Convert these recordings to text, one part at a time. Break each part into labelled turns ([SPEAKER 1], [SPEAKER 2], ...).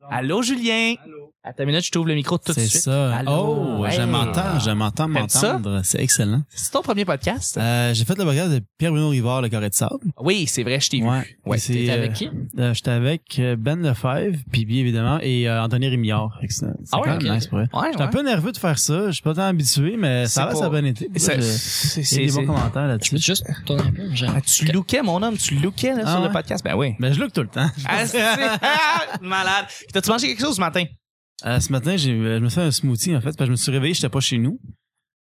[SPEAKER 1] Ah. Allô, Julien? À ta minute, je t'ouvre le micro tout de
[SPEAKER 2] C'est
[SPEAKER 1] suite.
[SPEAKER 2] ça.
[SPEAKER 1] Allô?
[SPEAKER 2] Oh,
[SPEAKER 1] Hey.
[SPEAKER 2] je m'entends, je m'entends
[SPEAKER 1] T'aimes ça?
[SPEAKER 2] m'entendre. C'est excellent.
[SPEAKER 1] C'est ton premier podcast?
[SPEAKER 2] Euh, j'ai fait le podcast de Pierre-Bruno Rivard, le carré de sable.
[SPEAKER 1] oui, c'est vrai, je t'ai vu.
[SPEAKER 2] Ouais.
[SPEAKER 1] Ouais,
[SPEAKER 2] Et c'est,
[SPEAKER 3] T'es
[SPEAKER 2] euh,
[SPEAKER 3] avec qui?
[SPEAKER 2] euh, J'étais avec euh, Ben Lefebvre, puis bien évidemment, et euh, Anthony Rémillard. Fait que C'est c'est
[SPEAKER 1] Ah ouais,
[SPEAKER 2] quand
[SPEAKER 1] ok.
[SPEAKER 2] même nice pour vrai.
[SPEAKER 1] Ouais,
[SPEAKER 2] J'étais un peu nerveux de faire ça. Je suis pas tant habitué, mais ça
[SPEAKER 1] C'est
[SPEAKER 2] va,
[SPEAKER 1] pas-
[SPEAKER 2] ça a bien été.
[SPEAKER 1] Ça-
[SPEAKER 2] Je-
[SPEAKER 1] c'est-
[SPEAKER 2] Il y a des
[SPEAKER 1] c'est-
[SPEAKER 2] bons commentaires
[SPEAKER 3] Je peux
[SPEAKER 2] là-dessus.
[SPEAKER 3] juste tourner un peu, genre.
[SPEAKER 1] Ah, tu lookais, mon homme, tu lookais là,
[SPEAKER 2] Ah
[SPEAKER 1] sur le
[SPEAKER 2] ouais?
[SPEAKER 1] podcast. Ben oui.
[SPEAKER 2] Mais je look tout le temps.
[SPEAKER 1] Ah, c'est- ah, malade. T'as-tu mangé quelque chose ce matin?
[SPEAKER 2] Euh, ce matin, j'ai, euh, je me suis fait un smoothie, en fait, parce que je me suis réveillé, j'étais pas chez nous.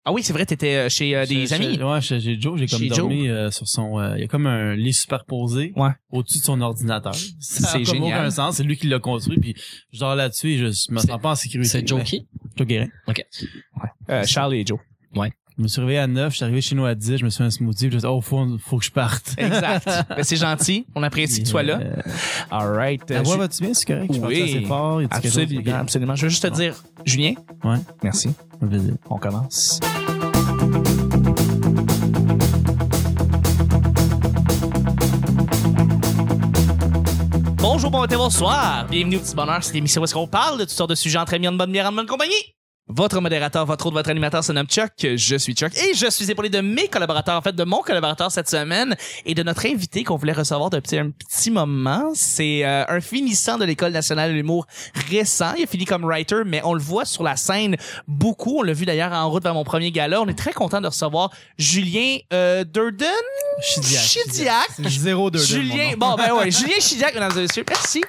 [SPEAKER 1] Ah oui, c'est vrai, t'étais euh, chez euh, des
[SPEAKER 2] Chez-
[SPEAKER 1] amis.
[SPEAKER 2] chez- Ouais, chez, chez Joe, j'ai comme
[SPEAKER 1] Chez
[SPEAKER 2] dormi euh, sur son... euh, Il y a comme un lit superposé
[SPEAKER 1] Ouais.
[SPEAKER 2] au-dessus de son ordinateur. Ça a
[SPEAKER 1] C'est
[SPEAKER 2] comme
[SPEAKER 1] génial.
[SPEAKER 2] aucun sens. C'est lui qui l'a construit, puis je dors là-dessus et je me
[SPEAKER 3] C'est-
[SPEAKER 2] sens pas en sécurité.
[SPEAKER 3] C'est
[SPEAKER 2] Mais-
[SPEAKER 3] Jokey?
[SPEAKER 2] Joe Guérin.
[SPEAKER 1] Euh, Charles et Joe.
[SPEAKER 2] Je me suis réveillé à 9, je suis arrivé chez nous à 10, je me suis fait un smoothie, puis je me suis dit, oh, faut, faut que je parte.
[SPEAKER 1] Exact. ben, c'est gentil. On apprécie que tu sois là.
[SPEAKER 2] Euh,
[SPEAKER 1] All right.
[SPEAKER 2] La
[SPEAKER 1] Euh,
[SPEAKER 2] voix
[SPEAKER 1] Ju-
[SPEAKER 2] va-tu bien, c'est correct?
[SPEAKER 1] Oui.
[SPEAKER 2] Je parle assez fort, y a-tu quelque chose?
[SPEAKER 1] Absolument, absolument. Je veux juste te dire, Julien.
[SPEAKER 2] Ouais.
[SPEAKER 1] Merci.
[SPEAKER 2] Vas-y.
[SPEAKER 1] On commence. Bonjour, bon matin, bonsoir. Bienvenue au Petit Bonheur, c'est l'émission où est-ce qu'on parle de toutes sortes de sujets entre amis, en bonne bière, en bonne compagnie. Votre modérateur, votre autre, votre animateur se nomme Chuck. Je suis Chuck et je suis épaulé de mes collaborateurs, en fait, de mon collaborateur cette semaine et de notre invité qu'on voulait recevoir d'un petit, un petit moment. C'est euh, un finissant de l'École nationale de l'humour récent. Il a fini comme writer, mais on le voit sur la scène beaucoup. On l'a vu d'ailleurs en route vers mon premier gala. On est très content de recevoir Julien euh, Durden.
[SPEAKER 2] Chidiac.
[SPEAKER 1] Chidiac.
[SPEAKER 2] C'est 0-2.
[SPEAKER 1] Julien, bon ben ouais, Julien Chidiac, mesdames et messieurs, merci.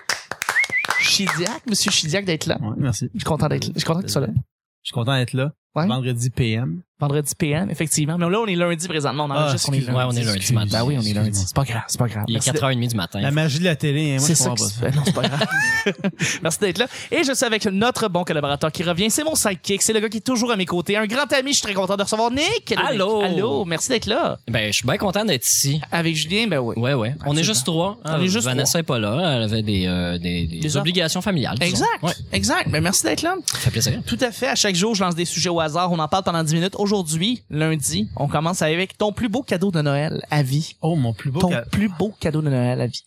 [SPEAKER 1] Chidiac, monsieur Chidiac d'être là.
[SPEAKER 2] Ouais, merci.
[SPEAKER 1] Je suis content d'être, je suis content que tu sois là.
[SPEAKER 2] Je suis content d'être là.
[SPEAKER 1] Ouais.
[SPEAKER 2] Vendredi PM.
[SPEAKER 1] Vendredi PM, effectivement. Mais là, on est lundi présentement. On
[SPEAKER 2] Ah,
[SPEAKER 1] enregistre, on est
[SPEAKER 2] excuse-
[SPEAKER 1] lundi.
[SPEAKER 3] Ouais, on est lundi
[SPEAKER 2] excuse-
[SPEAKER 3] matin.
[SPEAKER 1] Ben oui, on est lundi.
[SPEAKER 2] excuse-moi.
[SPEAKER 1] C'est pas grave, c'est pas grave.
[SPEAKER 3] Il est
[SPEAKER 1] Merci
[SPEAKER 3] 4h30 du matin.
[SPEAKER 2] La magie de la télé, hein, moi,
[SPEAKER 1] C'est
[SPEAKER 2] je
[SPEAKER 1] ça
[SPEAKER 2] comprends
[SPEAKER 1] qui
[SPEAKER 2] pas
[SPEAKER 1] se
[SPEAKER 2] ça.
[SPEAKER 1] fait. Non, c'est pas grave. Merci d'être là. Et je suis avec notre bon collaborateur qui revient. C'est mon sidekick. C'est le gars qui est toujours à mes côtés. Un grand ami. Je suis très content de recevoir Nick. Hello,
[SPEAKER 3] Allô.
[SPEAKER 1] Nick. Allô. Merci d'être là.
[SPEAKER 3] Ben, je suis bien content d'être ici.
[SPEAKER 1] Avec Julien, ben oui.
[SPEAKER 3] Ouais, ouais. On
[SPEAKER 1] Absolument.
[SPEAKER 3] est juste trois. hein.
[SPEAKER 1] On est juste
[SPEAKER 3] Vanessa n'est pas là. Elle avait des, euh, des, des
[SPEAKER 1] Des
[SPEAKER 3] obligations familiales. disons.
[SPEAKER 1] Exact.
[SPEAKER 3] Ouais,
[SPEAKER 1] Exact. Ben, merci d'être là.
[SPEAKER 3] ça fait plaisir.
[SPEAKER 1] Tout à fait. À chaque jour, je lance des sujets au hasard. On en parle pendant 10 minutes. Aujourd'hui, lundi, on commence avec ton plus beau cadeau de Noël à vie.
[SPEAKER 2] Oh, mon plus beau
[SPEAKER 1] Ton
[SPEAKER 2] cadeau.
[SPEAKER 1] plus beau cadeau de Noël à vie.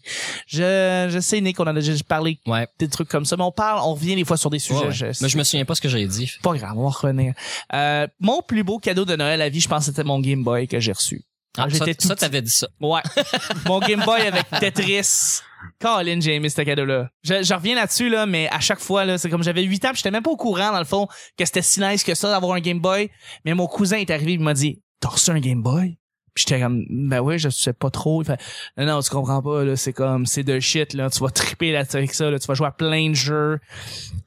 [SPEAKER 1] Je, je sais, Nick, on en a déjà parlé
[SPEAKER 3] Ouais.
[SPEAKER 1] des trucs comme ça, mais on parle, on revient des fois sur des sujets.
[SPEAKER 3] Ouais, ouais.
[SPEAKER 1] je-
[SPEAKER 3] Mais je me souviens pas ce que j'ai dit.
[SPEAKER 1] Pas grave, on va revenir. Euh, mon plus beau cadeau de Noël à vie, je pense que c'était mon Game Boy que j'ai reçu.
[SPEAKER 3] Ah, ça,
[SPEAKER 1] j'étais tout
[SPEAKER 3] ça, t'avais dit ça.
[SPEAKER 1] Ouais. Mon Game Boy avec Tetris. Colin, j'ai aimé ce cadeau-là. Je, je reviens là-dessus, là, mais à chaque fois, là, c'est comme j'avais 8 ans, puis j'étais même pas au courant, dans le fond, que c'était si nice que ça d'avoir un Game Boy. Mais mon cousin est arrivé, il m'a dit, t'as reçu un Game Boy? Puis j'étais comme, ben ouais, je sais pas trop. Il fait, non, non, tu comprends pas, là, c'est comme, c'est de shit, là, tu vas triper là, avec ça, là, tu vas jouer à plein de jeux.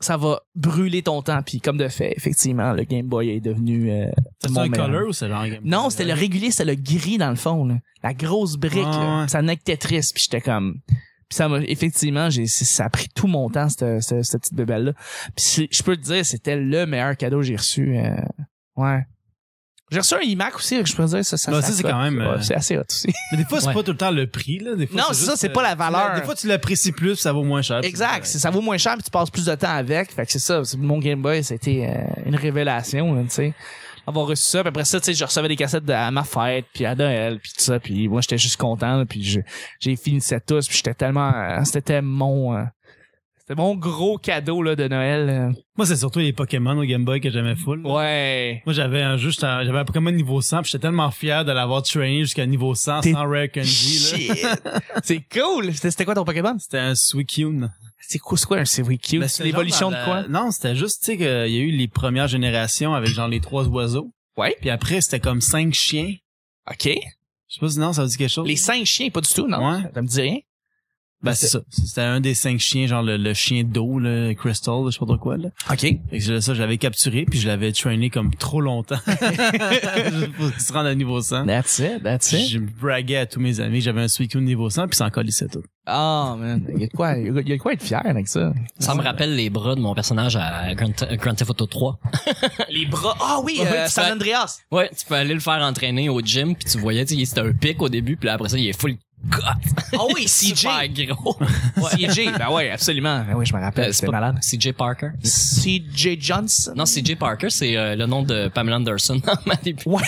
[SPEAKER 1] Ça va brûler ton temps. Puis comme de fait, effectivement, le Game Boy est devenu... euh,
[SPEAKER 2] C'est
[SPEAKER 1] mon
[SPEAKER 2] un
[SPEAKER 1] meilleur.
[SPEAKER 2] color ou c'est genre Game
[SPEAKER 1] Non,
[SPEAKER 2] Boy?
[SPEAKER 1] c'était le régulier, c'était le gris dans le fond, là. la grosse brique. là.
[SPEAKER 2] Ah ouais.
[SPEAKER 1] Ça venait avec Tetris, puis j'étais comme. Puis ça m'a effectivement, j'ai ça a pris tout mon temps cette, cette, cette petite bébelle là. Puis c'est- je peux te dire, c'était le meilleur cadeau que j'ai reçu. euh, ouais. J'ai reçu un iMac aussi, que je peux te dire ça ça.
[SPEAKER 2] Bah,
[SPEAKER 1] ça
[SPEAKER 2] ça, c'est
[SPEAKER 1] cote.
[SPEAKER 2] quand même,
[SPEAKER 1] Ouais,
[SPEAKER 2] euh,
[SPEAKER 1] c'est assez hot aussi.
[SPEAKER 2] Mais des fois, c'est
[SPEAKER 3] Ouais.
[SPEAKER 2] pas tout le temps le prix, là. Des fois,
[SPEAKER 1] Non, c'est ça,
[SPEAKER 2] juste,
[SPEAKER 1] c'est pas la
[SPEAKER 2] euh,
[SPEAKER 1] valeur.
[SPEAKER 2] Des fois, tu l'apprécies plus, ça vaut moins cher. puis
[SPEAKER 1] Exact,
[SPEAKER 2] c'est
[SPEAKER 1] c'est- ça vaut moins cher puis tu passes plus de temps avec. Fait que c'est ça, c'est- mon Game Boy, c'était euh, une révélation, là, tu sais. Avoir reçu ça, puis après ça, tu sais, je recevais des cassettes de- à ma fête, puis à Noël, puis tout ça, puis moi j'étais juste content, là, puis je- j'ai fini ça tous, puis j'étais tellement euh, c'était mon euh, c'était mon gros cadeau là de Noël.
[SPEAKER 2] Moi, c'est surtout les Pokémon au Game Boy que j'aimais full.
[SPEAKER 1] euh. Ouais.
[SPEAKER 2] Moi, j'avais un jeu, j'étais- j'avais un Pokémon niveau 100, puis j'étais tellement fier de l'avoir traîné jusqu'à niveau 100
[SPEAKER 1] T'es-
[SPEAKER 2] sans Rare Candy, là.
[SPEAKER 1] Shit. c'est cool. C'était c'était quoi ton Pokémon
[SPEAKER 2] C'était un Suicune.
[SPEAKER 1] C'est quoi c'est quoi un c'est cute
[SPEAKER 2] Ben, c'était
[SPEAKER 1] L'évolution
[SPEAKER 2] genre dans
[SPEAKER 1] de quoi
[SPEAKER 2] la- Non, c'était juste, tu sais, qu'il y a eu les premières générations avec genre les trois oiseaux.
[SPEAKER 1] Ouais.
[SPEAKER 2] Puis après, c'était comme cinq chiens.
[SPEAKER 1] OK.
[SPEAKER 2] Je sais pas si non, ça dit quelque chose.
[SPEAKER 1] Les cinq chiens pas du tout, non
[SPEAKER 2] Ouais.
[SPEAKER 1] Ça me dit rien.
[SPEAKER 2] Ben, c'est ça. C'était un des cinq chiens, genre le, le chien d'eau, le Crystal, je sais pas trop quoi, là.
[SPEAKER 1] OK.
[SPEAKER 2] Fait que je- ça, je l'avais capturé, puis je l'avais trainé comme trop longtemps. Juste pour se rendre à niveau 100.
[SPEAKER 1] That's it, that's it.
[SPEAKER 2] Je braguais à tous mes amis que j'avais un Suicune niveau 100, puis ça en collissait tout.
[SPEAKER 1] Ah, man. Il y a de quoi, il y a- il y a de quoi être fier avec ça.
[SPEAKER 3] Ça me rappelle les bras de mon personnage à Grand, Grand Theft Auto 3.
[SPEAKER 1] Les bras. Ah oui,
[SPEAKER 3] Ouais,
[SPEAKER 1] euh,
[SPEAKER 3] tu
[SPEAKER 1] San
[SPEAKER 3] fais-
[SPEAKER 1] Andreas.
[SPEAKER 3] Ouais, tu peux aller le faire entraîner au gym, puis tu voyais, tu sais, c'était un pic au début, puis là, après ça, il est full God!
[SPEAKER 1] Ah oui,
[SPEAKER 3] Super
[SPEAKER 1] CJ.
[SPEAKER 3] gros.
[SPEAKER 1] CJ, ben ouais, absolument. Ben oui, je me rappelle,
[SPEAKER 3] Euh,
[SPEAKER 1] c'était
[SPEAKER 3] pas-
[SPEAKER 1] malade.
[SPEAKER 3] CJ Parker.
[SPEAKER 1] CJ Johnson.
[SPEAKER 3] Non, CJ Parker, c'est euh, le nom de Pamela Anderson dans Malibu.
[SPEAKER 1] Ouais.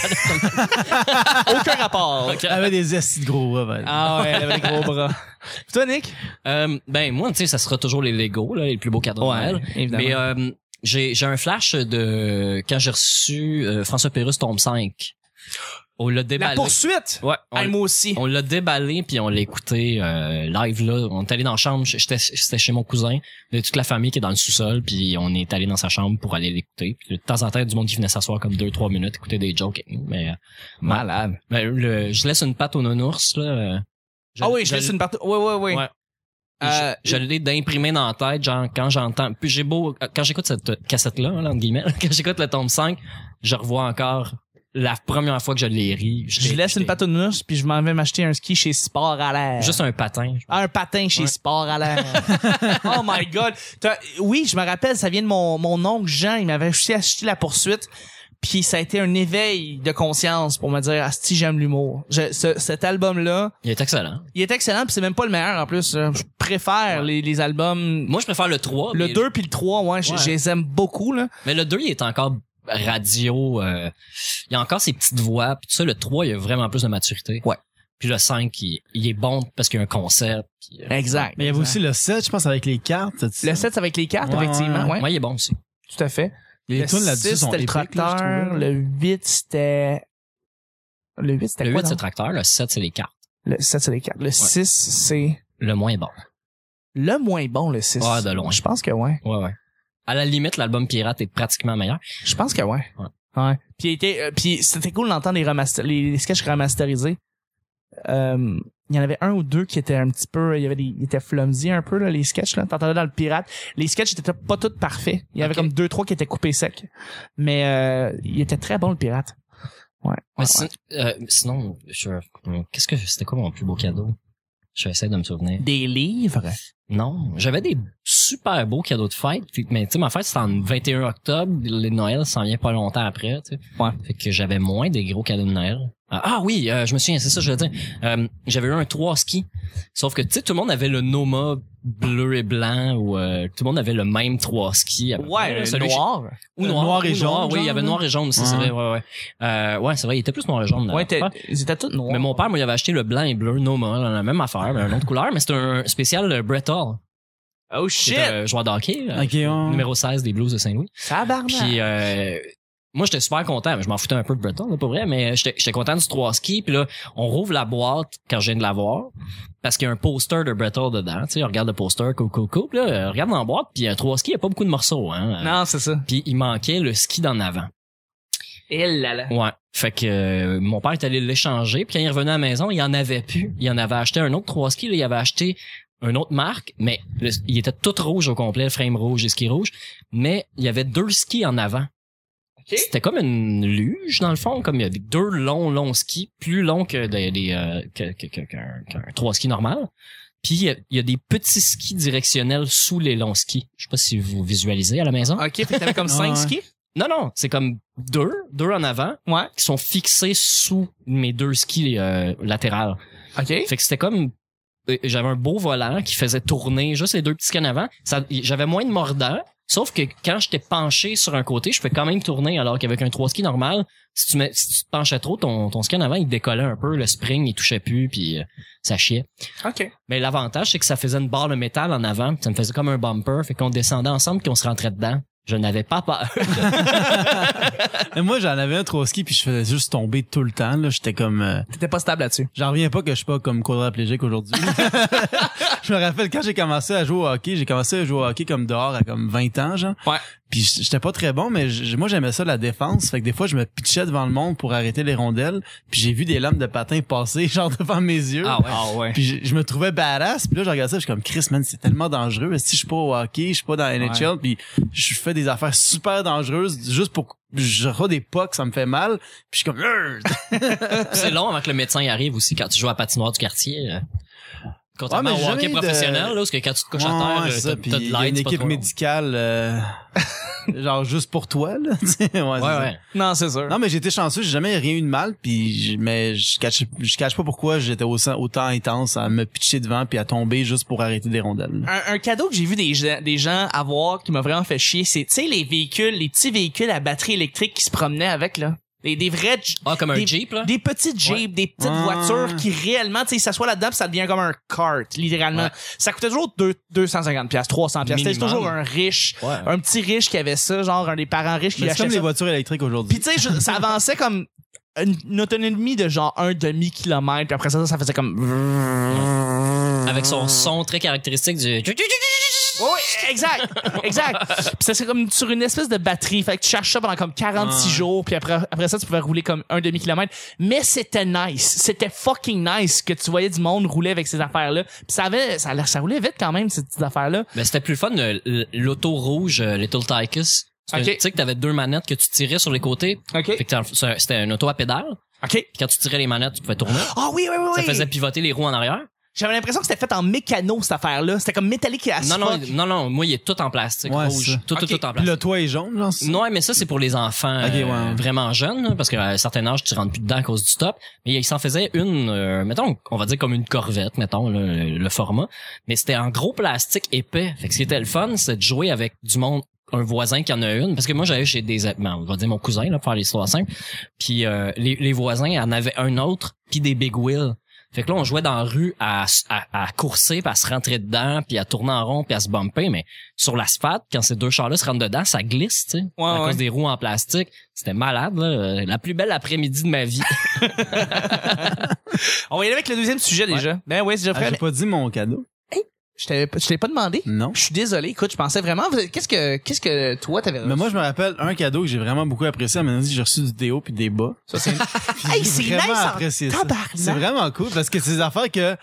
[SPEAKER 1] Aucun rapport.
[SPEAKER 3] Ok.
[SPEAKER 2] Elle avait des estis de gros bras, ben. Val.
[SPEAKER 1] Ah ouais, elle avait des gros bras. Puis toi, Nick?
[SPEAKER 3] Euh, ben moi, tu sais, ça sera toujours les Lego, là, les plus beaux cadeaux de Noël.
[SPEAKER 1] évidemment.
[SPEAKER 3] Mais euh, j'ai j'ai un flash de quand j'ai reçu euh, François Pérus tombe 5. On l'a
[SPEAKER 1] La
[SPEAKER 3] déballé.
[SPEAKER 1] poursuite!
[SPEAKER 3] Ouais, on-
[SPEAKER 1] Ah, moi aussi.
[SPEAKER 3] on l'a déballé puis on l'a écouté euh, live là. On est allé dans la chambre. J'étais j'étais chez mon cousin. Il y a toute la famille qui est dans le sous-sol puis on est allé dans sa chambre pour aller l'écouter. Puis de temps en temps, il y a du monde qui venait s'asseoir comme deux trois minutes, écouter des jokes. avec nous, Mais euh,
[SPEAKER 1] Malade.
[SPEAKER 3] ben, le- je laisse une patte au nounours là. euh,
[SPEAKER 1] Ah oui, je laisse une partie. Oui, oui, oui.
[SPEAKER 3] Ouais.
[SPEAKER 1] Euh,
[SPEAKER 3] je, je l'ai d'imprimer dans la tête, genre quand j'entends. Puis j'ai beau euh, quand j'écoute cette cassette là, entre guillemets, quand j'écoute le tome 5, je revois encore la première fois que je l'ai ri.
[SPEAKER 1] je laisse une patte au nounours, puis je m'en vais m'acheter un ski chez Sport à l'air.
[SPEAKER 3] Juste un patin. je-
[SPEAKER 1] Ah, un patin chez
[SPEAKER 3] Ouais.
[SPEAKER 1] Sport à l'air. oh my God. T'as- Oui, je me rappelle, ça vient de mon, mon oncle Jean. Il m'avait aussi acheté la poursuite. Puis ça a été un éveil de conscience pour me dire, Asti, j'aime l'humour. Je- ce- cet album-là,
[SPEAKER 3] Il est excellent.
[SPEAKER 1] il est excellent, puis c'est même pas le meilleur en plus. hein. Je préfère les, les albums.
[SPEAKER 3] Moi, je préfère le 3.
[SPEAKER 1] le
[SPEAKER 3] mais,
[SPEAKER 1] 2 puis le 3, Oh, ouais, je
[SPEAKER 3] Ouais.
[SPEAKER 1] je les aime beaucoup. Là.
[SPEAKER 3] Mais le 2, il est encore radio. euh, il y a encore ses petites voix. Puis tout ça, le 3, il y a vraiment plus de maturité.
[SPEAKER 1] Ouais.
[SPEAKER 3] Puis le 5, il, il est bon parce qu'il y a un concept. Puis, euh,
[SPEAKER 1] Exact.
[SPEAKER 2] Mais il y avait aussi le 7, je pense, avec les cartes.
[SPEAKER 1] Le 7, c'est avec les cartes,
[SPEAKER 2] Ouais,
[SPEAKER 1] effectivement. Ouais,
[SPEAKER 3] ouais, il est bon aussi.
[SPEAKER 1] tout à fait.
[SPEAKER 2] les
[SPEAKER 1] le
[SPEAKER 2] tunes là-dessus
[SPEAKER 1] 6,
[SPEAKER 2] sont
[SPEAKER 1] c'était le
[SPEAKER 2] épiques, là, je
[SPEAKER 1] tracteur.
[SPEAKER 2] trouve.
[SPEAKER 1] Le 8, c'était... Le 8, c'était
[SPEAKER 3] Le
[SPEAKER 1] quoi?
[SPEAKER 3] 8, c'est le
[SPEAKER 1] donc?
[SPEAKER 3] tracteur. Le 7, c'est les cartes.
[SPEAKER 1] Le 7, c'est les cartes. Le 6, c'est...
[SPEAKER 3] Le moins bon.
[SPEAKER 1] Le moins bon, le 6.
[SPEAKER 3] Ah, de loin.
[SPEAKER 1] Je pense que ouais.
[SPEAKER 3] Ouais, ouais. À la limite, l'album Pirate est pratiquement meilleur.
[SPEAKER 1] Je pense que ouais.
[SPEAKER 3] Ouais.
[SPEAKER 1] Ouais. Puis, il était, euh, puis c'était cool d'entendre les, remaster- les, les sketchs remasterisés. Euh, il y en avait un ou deux qui étaient un petit peu... Il y avait des, ils étaient clumsy un peu, là, les sketchs. Là. T'entendais dans le pirate. Les sketchs étaient pas tous parfaits. Il y avait
[SPEAKER 3] Ok.
[SPEAKER 1] comme deux, trois qui étaient coupés secs. Mais euh, il était très bon, le pirate. Ouais.
[SPEAKER 3] Mais
[SPEAKER 1] Ouais,
[SPEAKER 3] si- euh, sinon, je- qu'est-ce que c'était quoi mon plus beau cadeau? Je vais essayer de me souvenir.
[SPEAKER 1] Des livres.
[SPEAKER 3] Non, j'avais des super beaux cadeaux de fête. puis- Mais tu sais, ma fête, c'était en 21 octobre. Le Noël s'en vient pas longtemps après. tu sais.
[SPEAKER 1] Ouais.
[SPEAKER 3] Fait que j'avais moins des gros cadeaux de Noël. Ah, ah oui, euh, je me souviens, c'est ça, que je veux dire. Euh, j'avais eu un 3 ski. Sauf que, tu sais, tout le monde avait le Noma bleu et blanc ou euh, tout le monde avait le même 3 ski. à peu près, là, celui que
[SPEAKER 1] noir.
[SPEAKER 3] j'ai- Ou
[SPEAKER 2] Euh,
[SPEAKER 3] noir,
[SPEAKER 2] noir et
[SPEAKER 3] ou noir,
[SPEAKER 2] jaune,
[SPEAKER 3] Oui, il y
[SPEAKER 2] genre,
[SPEAKER 3] avait
[SPEAKER 2] là.
[SPEAKER 3] noir et jaune aussi, c'est
[SPEAKER 2] Ouais.
[SPEAKER 3] vrai. Ouais, ouais. Euh, ouais, c'est vrai, il était plus noir et jaune. là.
[SPEAKER 1] Ouais, t'es- ils étaient tous noirs.
[SPEAKER 3] Ah. Mais mon père, moi, il avait acheté le blanc et bleu Noma, là, la même affaire, mais une autre couleur, mais c'était un spécial euh, Brett Hall.
[SPEAKER 1] Oh
[SPEAKER 3] qui
[SPEAKER 1] shit!
[SPEAKER 3] est un joueur de hockey, euh,
[SPEAKER 2] Ok, on-
[SPEAKER 3] numéro 16 des Blues de Saint-Louis.
[SPEAKER 1] Tabarnak!
[SPEAKER 3] Puis euh, moi, j'étais super content. Je m'en foutais un peu de Breton, là, pour vrai, mais j'étais j'étais content du 3 ski. Puis là, on rouvre la boîte quand je viens de la voir parce qu'il y a un poster de Breton dedans. Tu sais, on regarde le poster, coucou, coucou. Puis là, euh, regarde dans la boîte, puis un 3 ski, il n'y a pas beaucoup de morceaux. Hein, Euh,
[SPEAKER 1] non, c'est ça.
[SPEAKER 3] Puis il manquait le ski d'en avant.
[SPEAKER 1] Il Eh là là.
[SPEAKER 3] Ouais. Fait que euh, mon père est allé l'échanger, puis quand il revenait à la maison, il en avait plus. Il en avait acheté un autre trois skis, là, il avait acheté une autre marque, mais le- il était tout rouge au complet, le frame rouge et ski rouge, mais il y avait deux skis en avant. C'était comme une luge dans le fond, comme il y avait deux longs longs skis, plus longs que des, des, euh, que- que- que- qu'un qu'un trois skis normal. Puis il y, a, il y a des petits skis directionnels sous les longs skis. Je sais pas si vous visualisez à la maison.
[SPEAKER 1] Ok, fait que t'avais comme 5
[SPEAKER 2] Ouais.
[SPEAKER 1] skis?
[SPEAKER 3] Non non, c'est comme deux, deux en avant,
[SPEAKER 1] Ouais.
[SPEAKER 3] qui sont fixés sous mes deux skis euh, latérales.
[SPEAKER 1] Ok.
[SPEAKER 3] Fait que c'était comme euh, j'avais un beau volant qui faisait tourner juste les deux petits cannes avant. Ça- J'avais moins de mordant, sauf que quand j'étais penché sur un côté, je pouvais quand même tourner alors qu'avec un trois ski normal, si tu, mets- si tu te penchais trop, ton, ton ski en avant, il décollait un peu, le spring, il touchait plus, puis euh, ça chiait.
[SPEAKER 1] Ok.
[SPEAKER 3] Mais l'avantage, c'est que ça faisait une barre de métal en avant, puis ça me faisait comme un bumper, fait qu'on descendait ensemble puis on se rentrait dedans. Je n'avais pas peur.
[SPEAKER 2] Mais moi, j'en avais un trois ski puis je faisais juste tomber tout le temps. là. J'étais comme, euh,
[SPEAKER 1] T'étais pas stable là-dessus.
[SPEAKER 2] j'en reviens pas que je suis pas comme quadriplégique aujourd'hui. je me rappelle quand j'ai commencé à jouer au hockey, j'ai commencé à jouer au hockey comme dehors à comme 20 ans, genre.
[SPEAKER 1] Ouais.
[SPEAKER 2] Puis j- j'étais pas très bon, mais j- moi j'aimais ça la défense. Fait que des fois, je me pitchais devant le monde pour arrêter les rondelles. Puis j'ai vu des lames de patin passer genre devant mes yeux.
[SPEAKER 3] Ah ouais.
[SPEAKER 2] Puis je, je me trouvais badass, puis là je regardais ça, je suis comme Chris man, c'est tellement dangereux. Si je suis pas au hockey, je suis pas dans la NHL, puis je fais des affaires super dangereuses juste pour je reçois des pucks, ça me fait mal. Puis je suis comme Urgh!
[SPEAKER 3] C'est long avant que le médecin y arrive aussi quand tu joues à la patinoire du quartier. euh. Contrairement
[SPEAKER 2] Ouais, mais
[SPEAKER 3] au
[SPEAKER 2] j'ai
[SPEAKER 3] hockey
[SPEAKER 2] jamais eu de-
[SPEAKER 3] professionnel, là, parce que quand tu te couches
[SPEAKER 2] Ouais,
[SPEAKER 3] à
[SPEAKER 2] ouais,
[SPEAKER 3] terre, euh,
[SPEAKER 2] ça,
[SPEAKER 3] t'as
[SPEAKER 2] puis
[SPEAKER 3] t'as de
[SPEAKER 2] il y a
[SPEAKER 3] l'aide.
[SPEAKER 2] une
[SPEAKER 3] c'est pas
[SPEAKER 2] équipe
[SPEAKER 3] trop long.
[SPEAKER 2] médicale, euh, genre juste pour toi, là. tu sais, ouais, c'est
[SPEAKER 3] Ouais,
[SPEAKER 2] ça.
[SPEAKER 3] ouais.
[SPEAKER 1] Non, c'est sûr.
[SPEAKER 2] Non, mais j'étais chanceux, j'ai jamais rien eu de mal, puis je- mais je cache, je cache pas pourquoi j'étais autant, autant intense à me pitcher devant puis à tomber juste pour arrêter des rondelles.
[SPEAKER 1] un, un cadeau que j'ai vu des, gens- des gens avoir qui m'a vraiment fait chier, c'est, tu sais, les véhicules, les petits véhicules à batterie électrique qui se promenaient avec, là. Des, des vrais, j-
[SPEAKER 3] Ah, comme un
[SPEAKER 1] Des-
[SPEAKER 3] Jeep, là?
[SPEAKER 1] des petites Jeeps, des petites
[SPEAKER 2] Ouais.
[SPEAKER 1] voitures qui réellement, tu sais, ils s'assoient là-dedans pis ça devient comme un cart, littéralement.
[SPEAKER 3] Ouais.
[SPEAKER 1] Ça coûtait toujours deux- 250 pièces, 300 pièces. C'était
[SPEAKER 3] Minimum.
[SPEAKER 1] toujours un riche,
[SPEAKER 3] Ouais.
[SPEAKER 1] un petit riche qui avait ça, genre un des parents riches qui
[SPEAKER 2] Mais c'est
[SPEAKER 1] achetait
[SPEAKER 2] comme les
[SPEAKER 1] ça.
[SPEAKER 2] voitures électriques
[SPEAKER 1] Puis
[SPEAKER 2] aujourd'hui.
[SPEAKER 1] tu sais, je- ça avançait comme une, une autonomie de genre un demi-kilomètre. Puis après ça, ça faisait comme...
[SPEAKER 3] Avec son son très caractéristique du.
[SPEAKER 1] Oui, oui, exact, exact. Puis ça c'est comme sur une espèce de batterie, fait que tu charges ça pendant comme 46
[SPEAKER 2] Ouais.
[SPEAKER 1] jours, puis après après ça tu pouvais rouler comme un demi kilomètre. Mais c'était nice, c'était fucking nice que tu voyais du monde rouler avec ces affaires là. Puis ça avait ça, ça roulait vite quand même ces petites affaires là.
[SPEAKER 3] Ben, c'était plus le fun, euh, l- l'auto rouge, euh, Little Tychus. C'est un-
[SPEAKER 1] Ok.
[SPEAKER 3] Tu sais que t'avais deux manettes que tu tirais sur les côtés.
[SPEAKER 1] Ok,
[SPEAKER 3] Fait que t'en- c'est un- c'était un auto à pédale.
[SPEAKER 1] ok.
[SPEAKER 3] Puis quand tu tirais les manettes, tu pouvais tourner.
[SPEAKER 1] Ah oui oui oui.
[SPEAKER 3] Ça
[SPEAKER 1] oui.
[SPEAKER 3] faisait pivoter les roues en arrière.
[SPEAKER 1] J'avais l'impression que c'était fait en mécano cette affaire là. C'était comme métallique et à
[SPEAKER 3] Non, non,
[SPEAKER 1] fuck.
[SPEAKER 3] non, non. Moi, il est tout en plastique
[SPEAKER 2] Ouais,
[SPEAKER 3] rouge.
[SPEAKER 2] ça.
[SPEAKER 3] Tout,
[SPEAKER 1] Ok.
[SPEAKER 3] tout, tout en
[SPEAKER 2] Puis
[SPEAKER 3] plastique.
[SPEAKER 2] le toit est jaune, genre. c'est-
[SPEAKER 3] Non, mais ça, c'est pour les enfants
[SPEAKER 2] Ok,
[SPEAKER 3] euh,
[SPEAKER 2] ouais.
[SPEAKER 3] vraiment jeunes, hein, parce qu'à un certain âge, tu rentres plus dedans à cause du top. Mais il s'en faisait une, euh, mettons, on va dire comme une corvette, mettons, là, le, le format. Mais c'était en gros plastique épais. Fait que ce qui était le fun, c'est de jouer avec du monde un voisin qui en a une parce que moi j'allais chez des ben, on va dire mon cousin là pour faire l'histoire simple puis euh, les, les voisins en avaient un autre puis des big wheels fait que là on jouait dans la rue à, à, à courser puis à se rentrer dedans puis à tourner en rond puis à se bumper mais sur l'asphalte quand ces deux chars là se rentrent dedans ça glisse tu sais
[SPEAKER 1] Ouais,
[SPEAKER 3] à
[SPEAKER 1] ouais.
[SPEAKER 3] cause des roues en plastique c'était malade là Euh, la plus belle après-midi de ma vie
[SPEAKER 1] On va y aller avec le deuxième sujet déjà. Ben oui, c'est déjà
[SPEAKER 2] Ah,
[SPEAKER 1] fait.
[SPEAKER 2] j'ai pas dit mon cadeau.
[SPEAKER 1] Je t'avais pas- je t'ai pas demandé.
[SPEAKER 2] Non.
[SPEAKER 1] Je suis désolé. Écoute, je pensais vraiment qu'est-ce que qu'est-ce que toi t'avais
[SPEAKER 2] Mais moi, je me rappelle un cadeau que j'ai vraiment beaucoup apprécié. À mon avis, j'ai reçu du déo puis des bas.
[SPEAKER 1] Ça, c'est-
[SPEAKER 2] Puis
[SPEAKER 1] Hey,
[SPEAKER 2] j'ai
[SPEAKER 1] c'est
[SPEAKER 2] vraiment
[SPEAKER 1] nice en
[SPEAKER 2] apprécié ça.
[SPEAKER 1] tabarnak.
[SPEAKER 2] C'est vraiment cool parce que c'est des affaires que,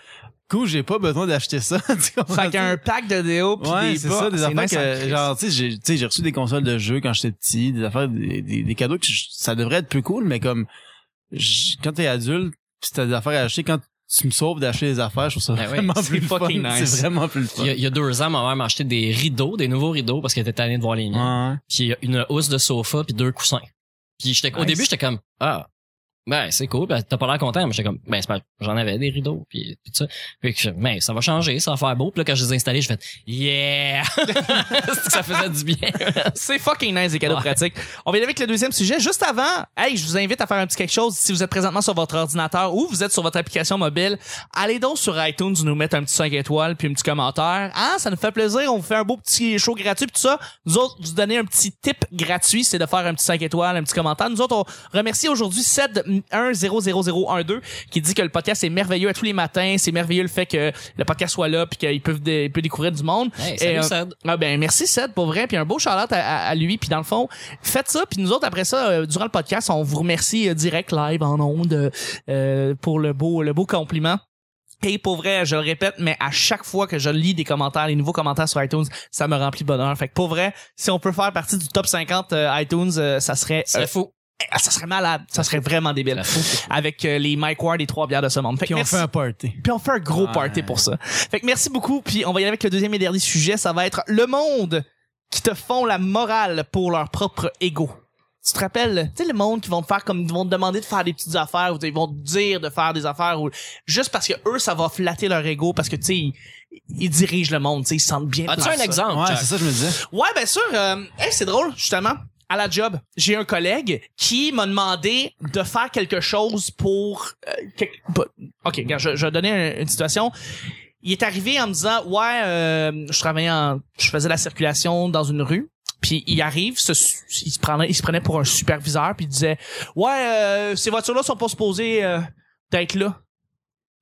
[SPEAKER 2] cool, j'ai pas besoin d'acheter ça. tu comprends?
[SPEAKER 1] Fait qu'un pack de déo pis
[SPEAKER 2] ouais,
[SPEAKER 1] des
[SPEAKER 2] c'est
[SPEAKER 1] bas,
[SPEAKER 2] ça, des
[SPEAKER 1] c'est
[SPEAKER 2] affaires
[SPEAKER 1] nice hein. en
[SPEAKER 2] que,
[SPEAKER 1] crise.
[SPEAKER 2] genre, tu sais, j'ai- tu sais, j'ai reçu des consoles de jeux quand j'étais petit, des affaires, des, des, des cadeaux que je- ça devrait être plus cool, mais comme, j- quand t'es adulte, pis t'as des affaires à acheter, quand tu me sauves d'acheter des affaires, je trouve ça
[SPEAKER 3] Ben oui,
[SPEAKER 2] vraiment
[SPEAKER 1] c'est
[SPEAKER 2] plus le fun.
[SPEAKER 1] fucking nice.
[SPEAKER 2] C'est vraiment plus le fun.
[SPEAKER 3] il y a, il y a deux ans ma mère m'a acheté des rideaux des nouveaux rideaux parce qu'elle était tannée de voir les miens
[SPEAKER 2] Ouais.
[SPEAKER 3] puis une housse de sofa puis deux coussins. Puis j'étais au
[SPEAKER 1] Nice.
[SPEAKER 3] début j'étais comme ah ben c'est cool ben, t'as pas l'air content mais j'étais comme ben c'est pas j'en avais des rideaux puis puis tout ça puis que, ben ça va changer ça va faire beau puis là quand je les ai installés j'ai fait yeah ça faisait du bien
[SPEAKER 1] C'est fucking nice, les cadeaux
[SPEAKER 3] Ouais.
[SPEAKER 1] pratiques. On va y aller avec le deuxième sujet. Juste avant, hey, je vous invite à faire un petit quelque chose. Si vous êtes présentement sur votre ordinateur ou vous êtes sur votre application mobile, allez donc sur iTunes, nous mettre un petit 5 étoiles puis un petit commentaire. Ah, ça nous fait plaisir. On vous fait un beau petit show gratuit puis tout ça. Nous autres, vous donnez un petit tip gratuit, c'est de faire un petit 5 étoiles, un petit commentaire. Nous autres, on remercie aujourd'hui 7100012 qui dit que le podcast est merveilleux à tous les matins. C'est merveilleux le fait que le podcast soit là puis qu'ils peuvent, dé- ils peuvent découvrir du monde.
[SPEAKER 3] hey,
[SPEAKER 1] Et,
[SPEAKER 3] salut
[SPEAKER 1] euh,
[SPEAKER 3] Sad.
[SPEAKER 1] ah ben merci Seth pour vrai puis un beau shout-out à, à- à lui puis dans le fond faites ça puis nous autres après ça euh, durant le podcast on vous remercie euh, direct live en ondes euh, euh, pour le beau le beau compliment et pour vrai, je le répète, mais à chaque fois que je lis des commentaires, les nouveaux commentaires sur iTunes, ça me remplit de bonheur. Fait que pour vrai, si on peut faire partie du top 50 euh, iTunes, euh, ça serait
[SPEAKER 3] c'est
[SPEAKER 1] euh,
[SPEAKER 3] fou
[SPEAKER 1] ah, ça serait malade, ça serait vraiment débile.
[SPEAKER 3] C'est fou.
[SPEAKER 1] Avec euh, les Mike Ward et trois bières de ce monde. Fait que
[SPEAKER 2] Puis on
[SPEAKER 1] merci.
[SPEAKER 2] fait un party.
[SPEAKER 1] Puis on fait un gros party
[SPEAKER 2] Ouais.
[SPEAKER 1] pour ça. Fait que merci beaucoup. Puis on va y aller avec le deuxième et dernier sujet. Ça va être le monde qui te font la morale pour leur propre ego. Tu te rappelles, tu sais, le monde qui vont te faire comme, ils vont te demander de faire des petites affaires ou ils vont te dire de faire des affaires ou juste parce que eux, ça va flatter leur ego parce que, tu sais, ils, ils dirigent le monde, tu sais, ils se sentent bien.
[SPEAKER 3] as-tu
[SPEAKER 1] faire
[SPEAKER 3] un
[SPEAKER 1] ça.
[SPEAKER 3] exemple
[SPEAKER 2] Ouais,
[SPEAKER 3] Jack?
[SPEAKER 2] c'est ça, je me disais.
[SPEAKER 1] Ouais, bien sûr. Euh, hey, c'est drôle, justement. À la job, j'ai un collègue qui m'a demandé de faire quelque chose pour... euh, quelque- bah, OK, regarde, je, je vais donner un- une situation. Il est arrivé en me disant, ouais, euh, je travaillais en... Je faisais la circulation dans une rue. Puis il arrive, ce su- il, se prenait, il se prenait pour un superviseur, puis il disait, ouais, euh, ces voitures-là sont pas supposées euh, d'être là.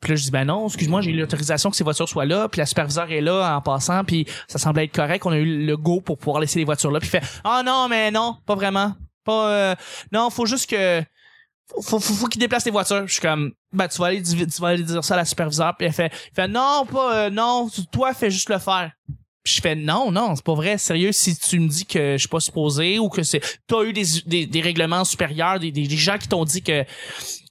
[SPEAKER 1] Puis là, je dis, ben non, excuse-moi, j'ai eu l'autorisation que ces voitures soient là, puis la superviseure est là en passant, puis ça semblait être correct, on a eu le go pour pouvoir laisser les voitures là, puis il fait, ah non, mais non, pas vraiment. Pas, euh, non, faut juste que, faut, faut, faut, faut qu'ils déplacent les voitures. Je suis comme, ben tu vas aller, di- tu vas aller dire ça à la superviseure, puis elle fait, il fait, non, pas, euh, non, toi, fais juste le faire. Puis je fais non, non, c'est pas vrai. Sérieux, si tu me dis que je suis pas supposé ou que c'est. T'as eu des, des, des règlements supérieurs, des, des, des gens qui t'ont dit que.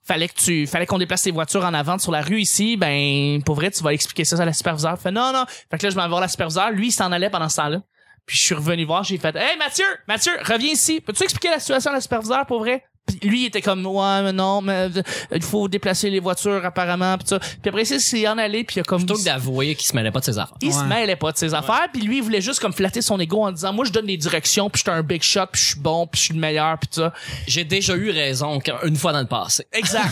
[SPEAKER 1] fallait que tu fallait qu'on déplace tes voitures en avant sur la rue ici ben pour vrai tu vas expliquer ça à la superviseure fait non non fait que là je m'en vais voir la superviseure lui il s'en allait pendant ce temps-là puis je suis revenu voir j'ai fait hey Mathieu Mathieu reviens ici peux-tu expliquer la situation à la superviseure pour vrai puis lui il était comme ouais mais non mais euh, il faut déplacer les voitures apparemment puis ça puis après ça, il s'est en allé puis il a comme
[SPEAKER 3] Plutôt que d'avouer qu'il se mêlait pas de ses affaires.
[SPEAKER 1] il se
[SPEAKER 2] Ouais.
[SPEAKER 1] mêlait pas de ses affaires, puis lui il voulait juste comme flatter son ego en disant moi je donne des directions, puis je suis un big shot, puis je suis bon, puis je suis le meilleur, puis tout ça.
[SPEAKER 3] J'ai déjà eu raison quand- une fois dans le passé.
[SPEAKER 1] Exact.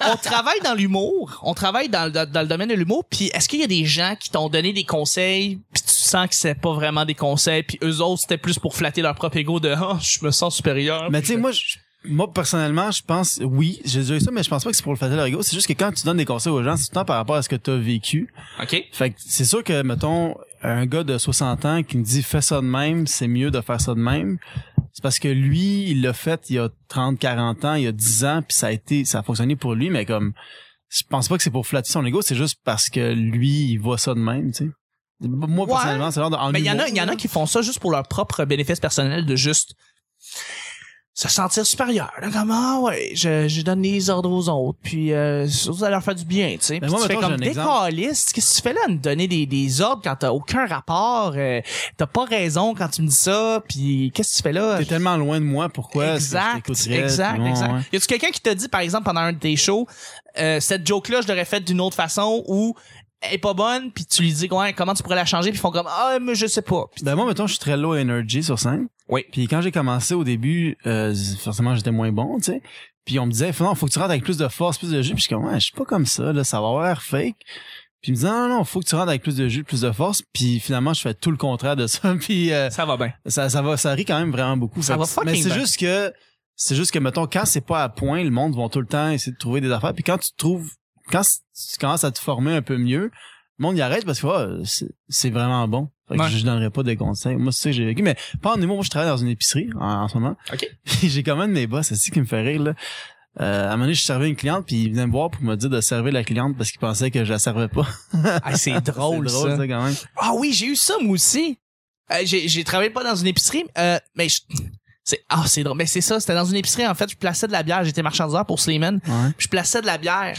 [SPEAKER 1] on travaille dans l'humour, on travaille dans, le- dans, dans le domaine de l'humour, puis est-ce qu'il y a des gens qui t'ont donné des conseils, puis tu sens que c'est pas vraiment des conseils, puis eux autres c'était plus pour flatter leur propre ego de oh, je me sens supérieur.
[SPEAKER 2] Mais tu sais, moi, je- moi, personnellement, je pense, oui, j'ai déjà eu ça, mais je pense pas que c'est pour le flatter leur ego. C'est juste que quand tu donnes des conseils aux gens, c'est tout le temps par rapport à ce que tu as vécu.
[SPEAKER 1] OK.
[SPEAKER 2] Fait que c'est sûr que, mettons, un gars de 60 ans qui me dit fais ça de même, c'est mieux de faire ça de même. C'est parce que lui, il l'a fait il y a 30, 40 ans, il y a 10 ans, puis ça a été, ça a fonctionné pour lui, mais comme, je pense pas que c'est pour flatter son ego, c'est juste parce que lui, il voit ça de même, tu sais. Moi,
[SPEAKER 1] Ouais.
[SPEAKER 2] personnellement, c'est genre de, en
[SPEAKER 1] Mais il y en a,
[SPEAKER 2] humour,
[SPEAKER 1] il y en a
[SPEAKER 2] là.
[SPEAKER 1] qui font ça juste pour leur propre bénéfice personnel de juste se sentir supérieur. Là, comme, ah ouais, je, je donne les ordres aux autres, puis euh, surtout ça leur fait du bien, tu sais. Puis
[SPEAKER 2] moi,
[SPEAKER 1] tu fais
[SPEAKER 2] mettons,
[SPEAKER 1] comme
[SPEAKER 2] j'ai un
[SPEAKER 1] des
[SPEAKER 2] exemple.
[SPEAKER 1] câlisses, qu'est-ce que tu fais là à me donner des, des ordres quand t'as aucun rapport, euh, t'as pas raison quand tu me dis ça, puis qu'est-ce que tu fais là?
[SPEAKER 2] T'es tellement loin de moi, pourquoi? est-ce que je
[SPEAKER 1] exact,
[SPEAKER 2] t'écouterais?
[SPEAKER 1] exact,
[SPEAKER 2] Ouais,
[SPEAKER 1] exact.
[SPEAKER 2] ouais.
[SPEAKER 1] Y a-tu quelqu'un qui t'a dit, par exemple, pendant un de tes shows, euh, cette joke-là, je l'aurais faite d'une autre façon ou elle est pas bonne, puis tu lui dis ouais, comment tu pourrais la changer, puis ils font comme ah mais je sais pas. Puis
[SPEAKER 2] Ben moi, mettons, je suis très low energy sur scène.
[SPEAKER 1] Oui.
[SPEAKER 2] Puis quand j'ai commencé au début, euh, forcément, j'étais moins bon, tu sais. Puis on me disait, non, faut que tu rentres avec plus de force, plus de jus. Puis je suis comme, ouais, je suis pas comme ça, là, ça va avoir l'air fake. Puis il me disait, non, non, non, faut que tu rentres avec plus de jus, plus de force. Puis finalement, je fais tout le contraire de ça. Puis euh,
[SPEAKER 1] ça va bien.
[SPEAKER 2] ça, ça va, ça rit quand même vraiment beaucoup.
[SPEAKER 1] Ça
[SPEAKER 2] Fait
[SPEAKER 1] va
[SPEAKER 2] que-
[SPEAKER 1] fucking
[SPEAKER 2] Mais c'est
[SPEAKER 1] bien.
[SPEAKER 2] juste que, c'est juste que, mettons, quand c'est pas à point, le monde vont tout le temps essayer de trouver des affaires. Puis quand tu trouves, quand c- tu commences à te former un peu mieux, le monde y arrête parce que ah, c'est- c'est vraiment bon. Fait que
[SPEAKER 1] Ouais.
[SPEAKER 2] je, je donnerais pas de conseils. Moi, c'est ça que j'ai vécu. Mais pas en humour, moi, je travaille dans une épicerie en, en ce moment.
[SPEAKER 1] OK.
[SPEAKER 2] Puis j'ai quand même des boss, c'est ça qui me fait rire, là. Euh, à un moment donné, je servais une cliente, puis il venait me voir pour me dire de servir la cliente parce qu'il pensait que je la servais pas.
[SPEAKER 1] Ah, c'est drôle,
[SPEAKER 2] c'est drôle,
[SPEAKER 1] ça.
[SPEAKER 2] ça, quand même.
[SPEAKER 1] Ah oui, j'ai eu ça moi aussi. Euh, j'ai j'ai travaillé pas dans une épicerie, euh, mais je- c'est ah c'est drôle. Mais c'est ça, c'était dans une épicerie en fait. Je plaçais de la bière, j'étais marchandiseur pour Sleeman.
[SPEAKER 2] Ouais.
[SPEAKER 1] Je plaçais de la bière.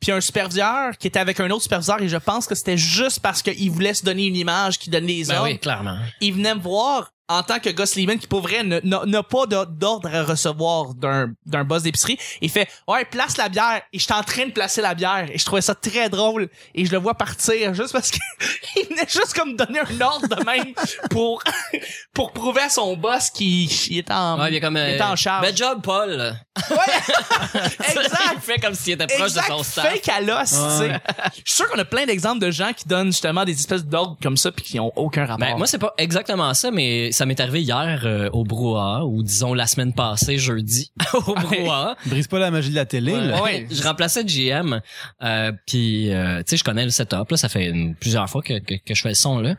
[SPEAKER 1] Puis un superviseur qui était avec un autre superviseur et je pense que c'était juste parce qu'il voulait se donner une image qui donne les
[SPEAKER 3] Ben
[SPEAKER 1] ordres.
[SPEAKER 3] oui, clairement.
[SPEAKER 1] Il venait me voir en tant que Gus Lehman qui pour vrai ne- n'a n'a pas de- d'ordre à recevoir d'un d'un boss d'épicerie. Il fait ouais place la bière et j'étais en train de placer la bière et je trouvais ça très drôle et je le vois partir juste parce que il venait juste comme donner un ordre de même pour pour prouver à son boss qu'il il était en
[SPEAKER 3] Ouais, il est comme. euh,
[SPEAKER 1] il était en charge.
[SPEAKER 3] Bel job, Ben, Paul. il
[SPEAKER 1] exact.
[SPEAKER 3] fait comme s'il était proche
[SPEAKER 1] Exact,
[SPEAKER 3] de son staff.
[SPEAKER 1] fake à l'os, tu sais.
[SPEAKER 2] Ouais.
[SPEAKER 1] Je suis sûr qu'on a plein d'exemples de gens qui donnent justement des espèces d'ordres comme ça puis qui ont aucun rapport.
[SPEAKER 3] Ben, moi, c'est pas exactement ça, mais ça m'est arrivé hier euh, au brouhaha, ou disons la semaine passée, jeudi, au brouhaha.
[SPEAKER 2] Brise pas la magie de la télé,
[SPEAKER 3] Ah Ouais.
[SPEAKER 2] là.
[SPEAKER 1] Ouais.
[SPEAKER 3] Je remplaçais GM, euh, puis euh, tu sais, je connais le setup, là, ça fait une- plusieurs fois que, que, que je fais le son, là.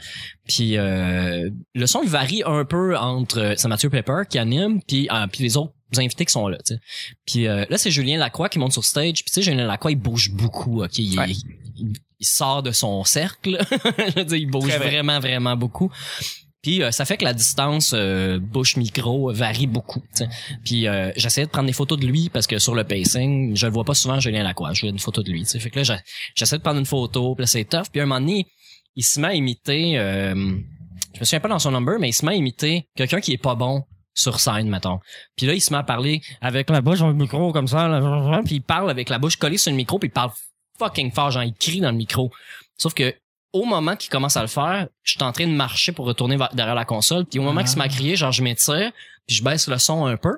[SPEAKER 3] Puis euh, le son il varie un peu entre euh, c'est Mathieu Pepper qui anime, puis ah, puis les autres invités qui sont là, tu sais. Puis euh, là, c'est Julien Lacroix qui monte sur stage, puis tu sais, Julien Lacroix, il bouge beaucoup, OK? Il,
[SPEAKER 1] Ouais.
[SPEAKER 3] il- il sort de son cercle, je veux dire, il bouge
[SPEAKER 1] Très vrai.
[SPEAKER 3] vraiment, vraiment beaucoup. Puis euh, ça fait que la distance euh, bouche-micro varie beaucoup, tu sais. Puis euh, j'essayais de prendre des photos de lui parce que sur le pacing, je le vois pas souvent Julien Lacroix. Je vois une photo de lui. tu sais. Fait que là, j'a- j'essaie de prendre une photo, puis là, c'est tough. Puis à un moment donné, il se met à imiter. euh, je me souviens pas dans son number, mais il se met à imiter quelqu'un qui est pas bon sur scène, mettons. Puis là, il se met à parler avec la bouche dans le micro comme ça. là, puis il parle avec la bouche collée sur le micro, puis il parle fucking fort, genre il crie dans le micro. Sauf que au moment qu'il commence à le faire, je suis en train de marcher pour retourner vers- derrière la console. Puis au
[SPEAKER 1] Ah.
[SPEAKER 3] moment qu'il se met à crier, genre je m'étire, puis je baisse le son un peu.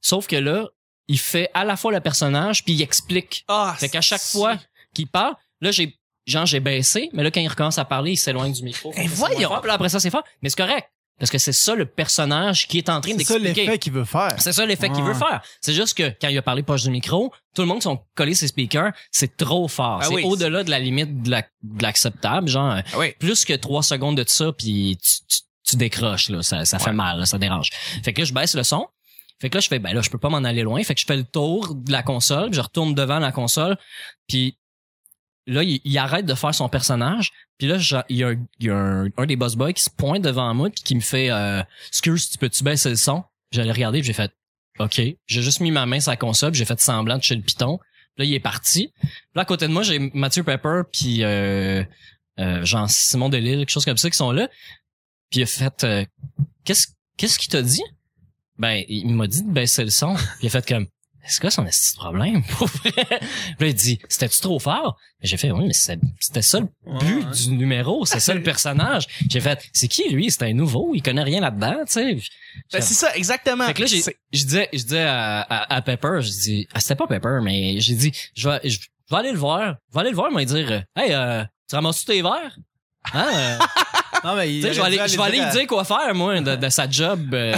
[SPEAKER 3] Sauf que là, il fait à la fois le personnage, puis il explique.
[SPEAKER 1] Ah,
[SPEAKER 3] Fait qu'à chaque
[SPEAKER 1] si.
[SPEAKER 3] fois qu'il parle, là, j'ai, genre, j'ai baissé, mais là, quand il recommence à parler, il s'éloigne du micro.
[SPEAKER 1] Eh,
[SPEAKER 3] Fait que c'est moins
[SPEAKER 1] voyons!
[SPEAKER 3] fort, puis là, après ça, c'est fort. Mais c'est correct. Parce que c'est ça le personnage qui est en train
[SPEAKER 2] C'est ça
[SPEAKER 3] d'expliquer.
[SPEAKER 2] l'effet qu'il veut faire.
[SPEAKER 3] C'est ça l'effet qu'il
[SPEAKER 2] Ouais.
[SPEAKER 3] veut faire. C'est juste que quand il a parlé poche du micro, tout le monde sont collés ses speakers, c'est trop fort.
[SPEAKER 1] Ah
[SPEAKER 3] c'est
[SPEAKER 1] oui.
[SPEAKER 3] au-delà de la limite de la- de l'acceptable, genre euh,
[SPEAKER 1] Ah oui.
[SPEAKER 3] plus que trois secondes de ça puis tu, tu- tu décroches là, ça, ça fait mal, là, ça dérange. Fait que là, je baisse le son. Fait que là je fais ben là je peux pas m'en aller loin, fait que je fais le tour de la console, puis je retourne devant la console, puis là il, il arrête de faire son personnage, puis là je- il y a, un, il y a un, un des boss boys qui se pointe devant moi puis qui me fait euh, excuse, tu peux tu baisser le son Puis J'allais regarder, puis j'ai fait OK. J'ai juste mis ma main sur la console, puis j'ai fait semblant de chez le piton. Puis là, il est parti. Puis là, à côté de moi, j'ai Mathieu Pepper puis euh, euh, Jean-Simon Delille, quelque chose comme ça, qui sont là. Puis il a fait euh, Qu'est-ce qu'est-ce qu'il t'a dit? Ben, il m'a dit de baisser le son. Puis il a fait comme C'est quoi son esti de problème? Pour vrai? Puis là, il dit C'était-tu trop fort? Mais j'ai fait Oui, mais c'est- c'était ça le but du numéro, c'est ça le personnage. J'ai fait C'est qui lui? C'est un nouveau, il connaît rien là-dedans, tu sais.
[SPEAKER 1] Ben, c'est ça, exactement.
[SPEAKER 3] Fait que là, j'ai,
[SPEAKER 1] C'est-
[SPEAKER 3] je disais, je disais à, à, à Pepper, je dis, ah, c'était pas Pepper, mais j'ai dit, je vais, je vais aller le voir, je vais aller le voir, mais dire, euh, hey, euh, tu ramasses tous tes verres? Hein? euh,
[SPEAKER 2] Non, mais il
[SPEAKER 3] tu sais, je vais
[SPEAKER 2] aurait dû
[SPEAKER 3] aller, je vais aller lui
[SPEAKER 2] à-
[SPEAKER 3] dire quoi faire, moi, de, de sa job. euh.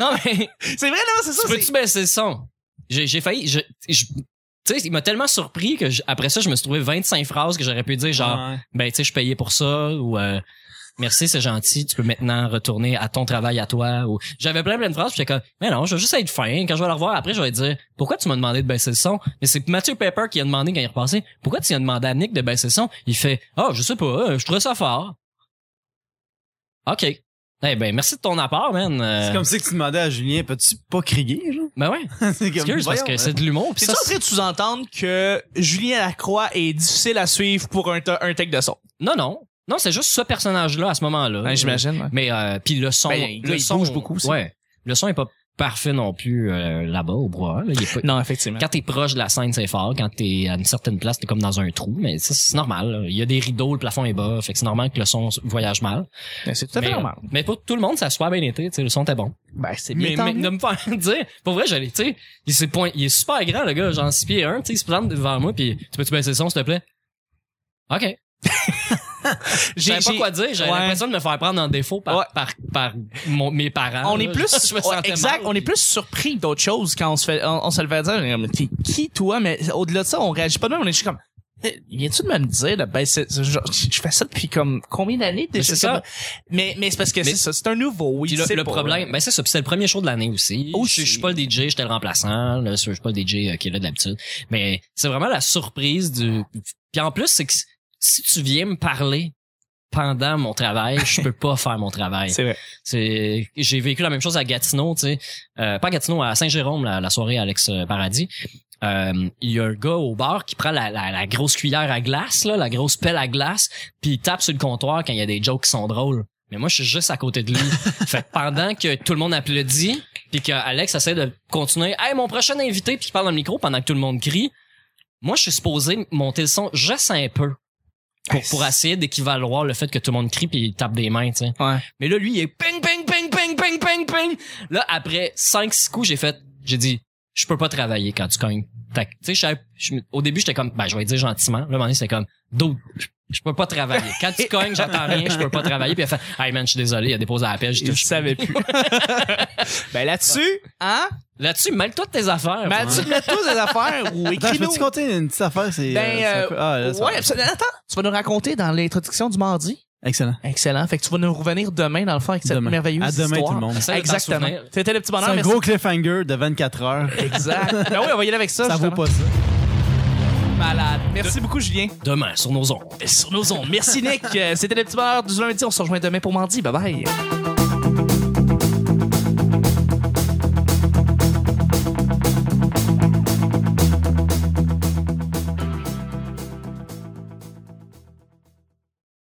[SPEAKER 3] non, mais,
[SPEAKER 1] c'est vrai, non, c'est ça.
[SPEAKER 3] tu
[SPEAKER 1] c'est-
[SPEAKER 3] peux-tu baisser le son? J'ai, j'ai failli, je, je- tu sais, il m'a tellement surpris que je- après ça, je me suis trouvé 25 phrases que j'aurais pu dire, genre,
[SPEAKER 2] Ouais.
[SPEAKER 3] ben tu sais je payais pour ça ou euh, merci c'est gentil tu peux maintenant retourner à ton travail à toi ou j'avais plein plein de phrases puis j'étais comme mais non je vais juste être fin quand je vais le revoir après je vais dire pourquoi tu m'as demandé de baisser le son mais c'est Mathieu Pepper qui a demandé quand il est repassé pourquoi tu as demandé à Nick de baisser le son il fait ah je sais pas euh, je trouve ça fort ok eh ben merci de ton apport man Euh,
[SPEAKER 2] C'est comme si que tu demandais à Julien, peux-tu pas crier, genre?
[SPEAKER 3] ben ouais
[SPEAKER 2] C'est comme,
[SPEAKER 3] excuse parce que
[SPEAKER 2] voyons, hein.
[SPEAKER 3] c'est de l'humour puis
[SPEAKER 1] T'es-tu
[SPEAKER 3] ça
[SPEAKER 1] en train de sous-entendre que Julien Lacroix est difficile à suivre pour un, te- un take de son?
[SPEAKER 3] non non non c'est juste ce personnage là à ce moment là
[SPEAKER 2] Ben,
[SPEAKER 3] Mais euh, puis le son,
[SPEAKER 1] Ben, il-
[SPEAKER 3] le
[SPEAKER 1] il
[SPEAKER 3] son
[SPEAKER 1] bouge beaucoup, ça.
[SPEAKER 3] Ouais, le son est pas parfait non plus euh, là-bas au bois. Là, il est pas-
[SPEAKER 1] Non, effectivement.
[SPEAKER 3] Quand t'es proche de la scène, c'est fort. Quand t'es à une certaine place, t'es comme dans un trou. Mais ça, c'est normal. là. Il y a des rideaux, le plafond est bas. Fait que c'est normal que le son voyage mal.
[SPEAKER 1] Ben, C'est tout à fait
[SPEAKER 3] mais,
[SPEAKER 1] normal.
[SPEAKER 3] Mais pour tout le monde, ça a super bien été. tu sais, Le son était bon.
[SPEAKER 1] Ben, c'est
[SPEAKER 3] Mais, mais de me faire dire, pour vrai, j'allais, tu sais, il, s'est point- il est super grand, le gars, genre 6 pieds 1, tu sais, il se plante devant moi, puis tu peux-tu baisser le son, s'il te plaît? OK. Je
[SPEAKER 1] J'ai
[SPEAKER 3] savais pas
[SPEAKER 1] j'ai-
[SPEAKER 3] quoi dire. J'avais
[SPEAKER 1] Ouais.
[SPEAKER 3] l'impression de me faire prendre en défaut par,
[SPEAKER 1] Ouais.
[SPEAKER 3] par, par mon- mes parents.
[SPEAKER 1] On est
[SPEAKER 3] là.
[SPEAKER 1] plus
[SPEAKER 3] Je me
[SPEAKER 1] ouais,
[SPEAKER 3] sentais
[SPEAKER 1] exact,
[SPEAKER 3] mal.
[SPEAKER 1] on est plus surpris d'autres choses quand on se fait on, on se le fait dire on est comme, t'es qui toi mais au-delà de ça on réagit pas de même on est juste comme Eh, viens-tu de me le dire là? ben c'est c'est genre, je fais ça depuis comme combien d'années
[SPEAKER 3] Mais
[SPEAKER 1] déjà
[SPEAKER 3] c'est ça.
[SPEAKER 1] mais mais c'est parce que
[SPEAKER 3] Mais-
[SPEAKER 1] c'est ça c'est un nouveau oui
[SPEAKER 3] Puis
[SPEAKER 1] tu sais
[SPEAKER 3] le, le
[SPEAKER 1] pas.
[SPEAKER 3] problème, ben c'est ça. Puis c'est le premier show de l'année aussi.
[SPEAKER 1] Aussi.
[SPEAKER 3] Je, je suis pas le DJ, j'étais le remplaçant. là, je suis pas le DJ euh, qui est là d'habitude. Mais c'est vraiment la surprise du. Puis en plus, c'est que si tu viens me parler pendant mon travail, je peux pas faire mon travail.
[SPEAKER 1] c'est vrai
[SPEAKER 3] C'est, j'ai vécu la même chose à Gatineau, tu sais, Euh, pas à Gatineau, à Saint-Jérôme, la, la soirée Alex Paradis. Euh, il y a un gars au bar qui prend la, la, la grosse cuillère à glace, là, la grosse pelle à glace, puis il tape sur le comptoir quand il y a des jokes qui sont drôles. Mais moi, je suis juste à côté de lui. fait que pendant que tout le monde applaudit, puis que Alex essaie de continuer, hey, mon prochain invité, puis il parle dans le micro pendant que tout le monde crie, moi, je suis supposé monter le son juste un peu
[SPEAKER 1] Ben,
[SPEAKER 3] pour, pour essayer d'équivaloir le fait que tout le monde crie puis il tape des mains, tu sais.
[SPEAKER 1] ouais
[SPEAKER 3] Mais là, lui, il est ping, ping, ping, ping, ping, ping, ping. Là, après 5-6 coups, j'ai fait, j'ai dit, je peux pas travailler quand tu cognes. Fait que, Tu sais, je savais- je me- au début, j'étais comme, ben, je vais dire gentiment. Là, à un moment donné, c'était comme, d'autres, je peux pas travailler. Quand tu cognes, j'attends rien, je peux pas travailler. Puis elle fait, hey man, je suis désolé, il a déposé à la pêche.
[SPEAKER 1] je savais plus ben là-dessus hein
[SPEAKER 3] Là-dessus, mêle-toi de tes affaires.
[SPEAKER 1] mais tu mets tous des affaires ou
[SPEAKER 2] hein. Attends, je
[SPEAKER 1] écris-nous
[SPEAKER 2] peux-tu compter une petite affaire? C'est,
[SPEAKER 1] ben
[SPEAKER 2] euh, c'est un
[SPEAKER 1] euh,
[SPEAKER 2] peu- ah, là, ça-
[SPEAKER 1] ouais absolument. attends tu vas nous raconter dans l'introduction du mardi
[SPEAKER 2] Excellent.
[SPEAKER 1] Excellent. Fait que tu vas nous revenir demain, dans le fond, avec cette
[SPEAKER 2] Demain.
[SPEAKER 1] merveilleuse
[SPEAKER 2] À demain,
[SPEAKER 1] histoire.
[SPEAKER 2] tout le monde.
[SPEAKER 3] Essaye de t'en
[SPEAKER 1] Exactement.
[SPEAKER 3] souvenir.
[SPEAKER 1] C'était le petit
[SPEAKER 2] C'est
[SPEAKER 1] bonheur,
[SPEAKER 2] un
[SPEAKER 1] mais
[SPEAKER 2] gros cliffhanger de 24 heures.
[SPEAKER 1] c'est- Exact. ben oui, on va y aller avec ça.
[SPEAKER 2] ça vaut
[SPEAKER 1] justement.
[SPEAKER 2] pas ça.
[SPEAKER 1] Malade. Merci beaucoup, Julien.
[SPEAKER 3] Demain, sur nos ondes.
[SPEAKER 1] Sur nos ondes. Merci, Nick. Euh, C'était le petit bonheur du lundi. On se rejoint demain pour mardi. Bye bye.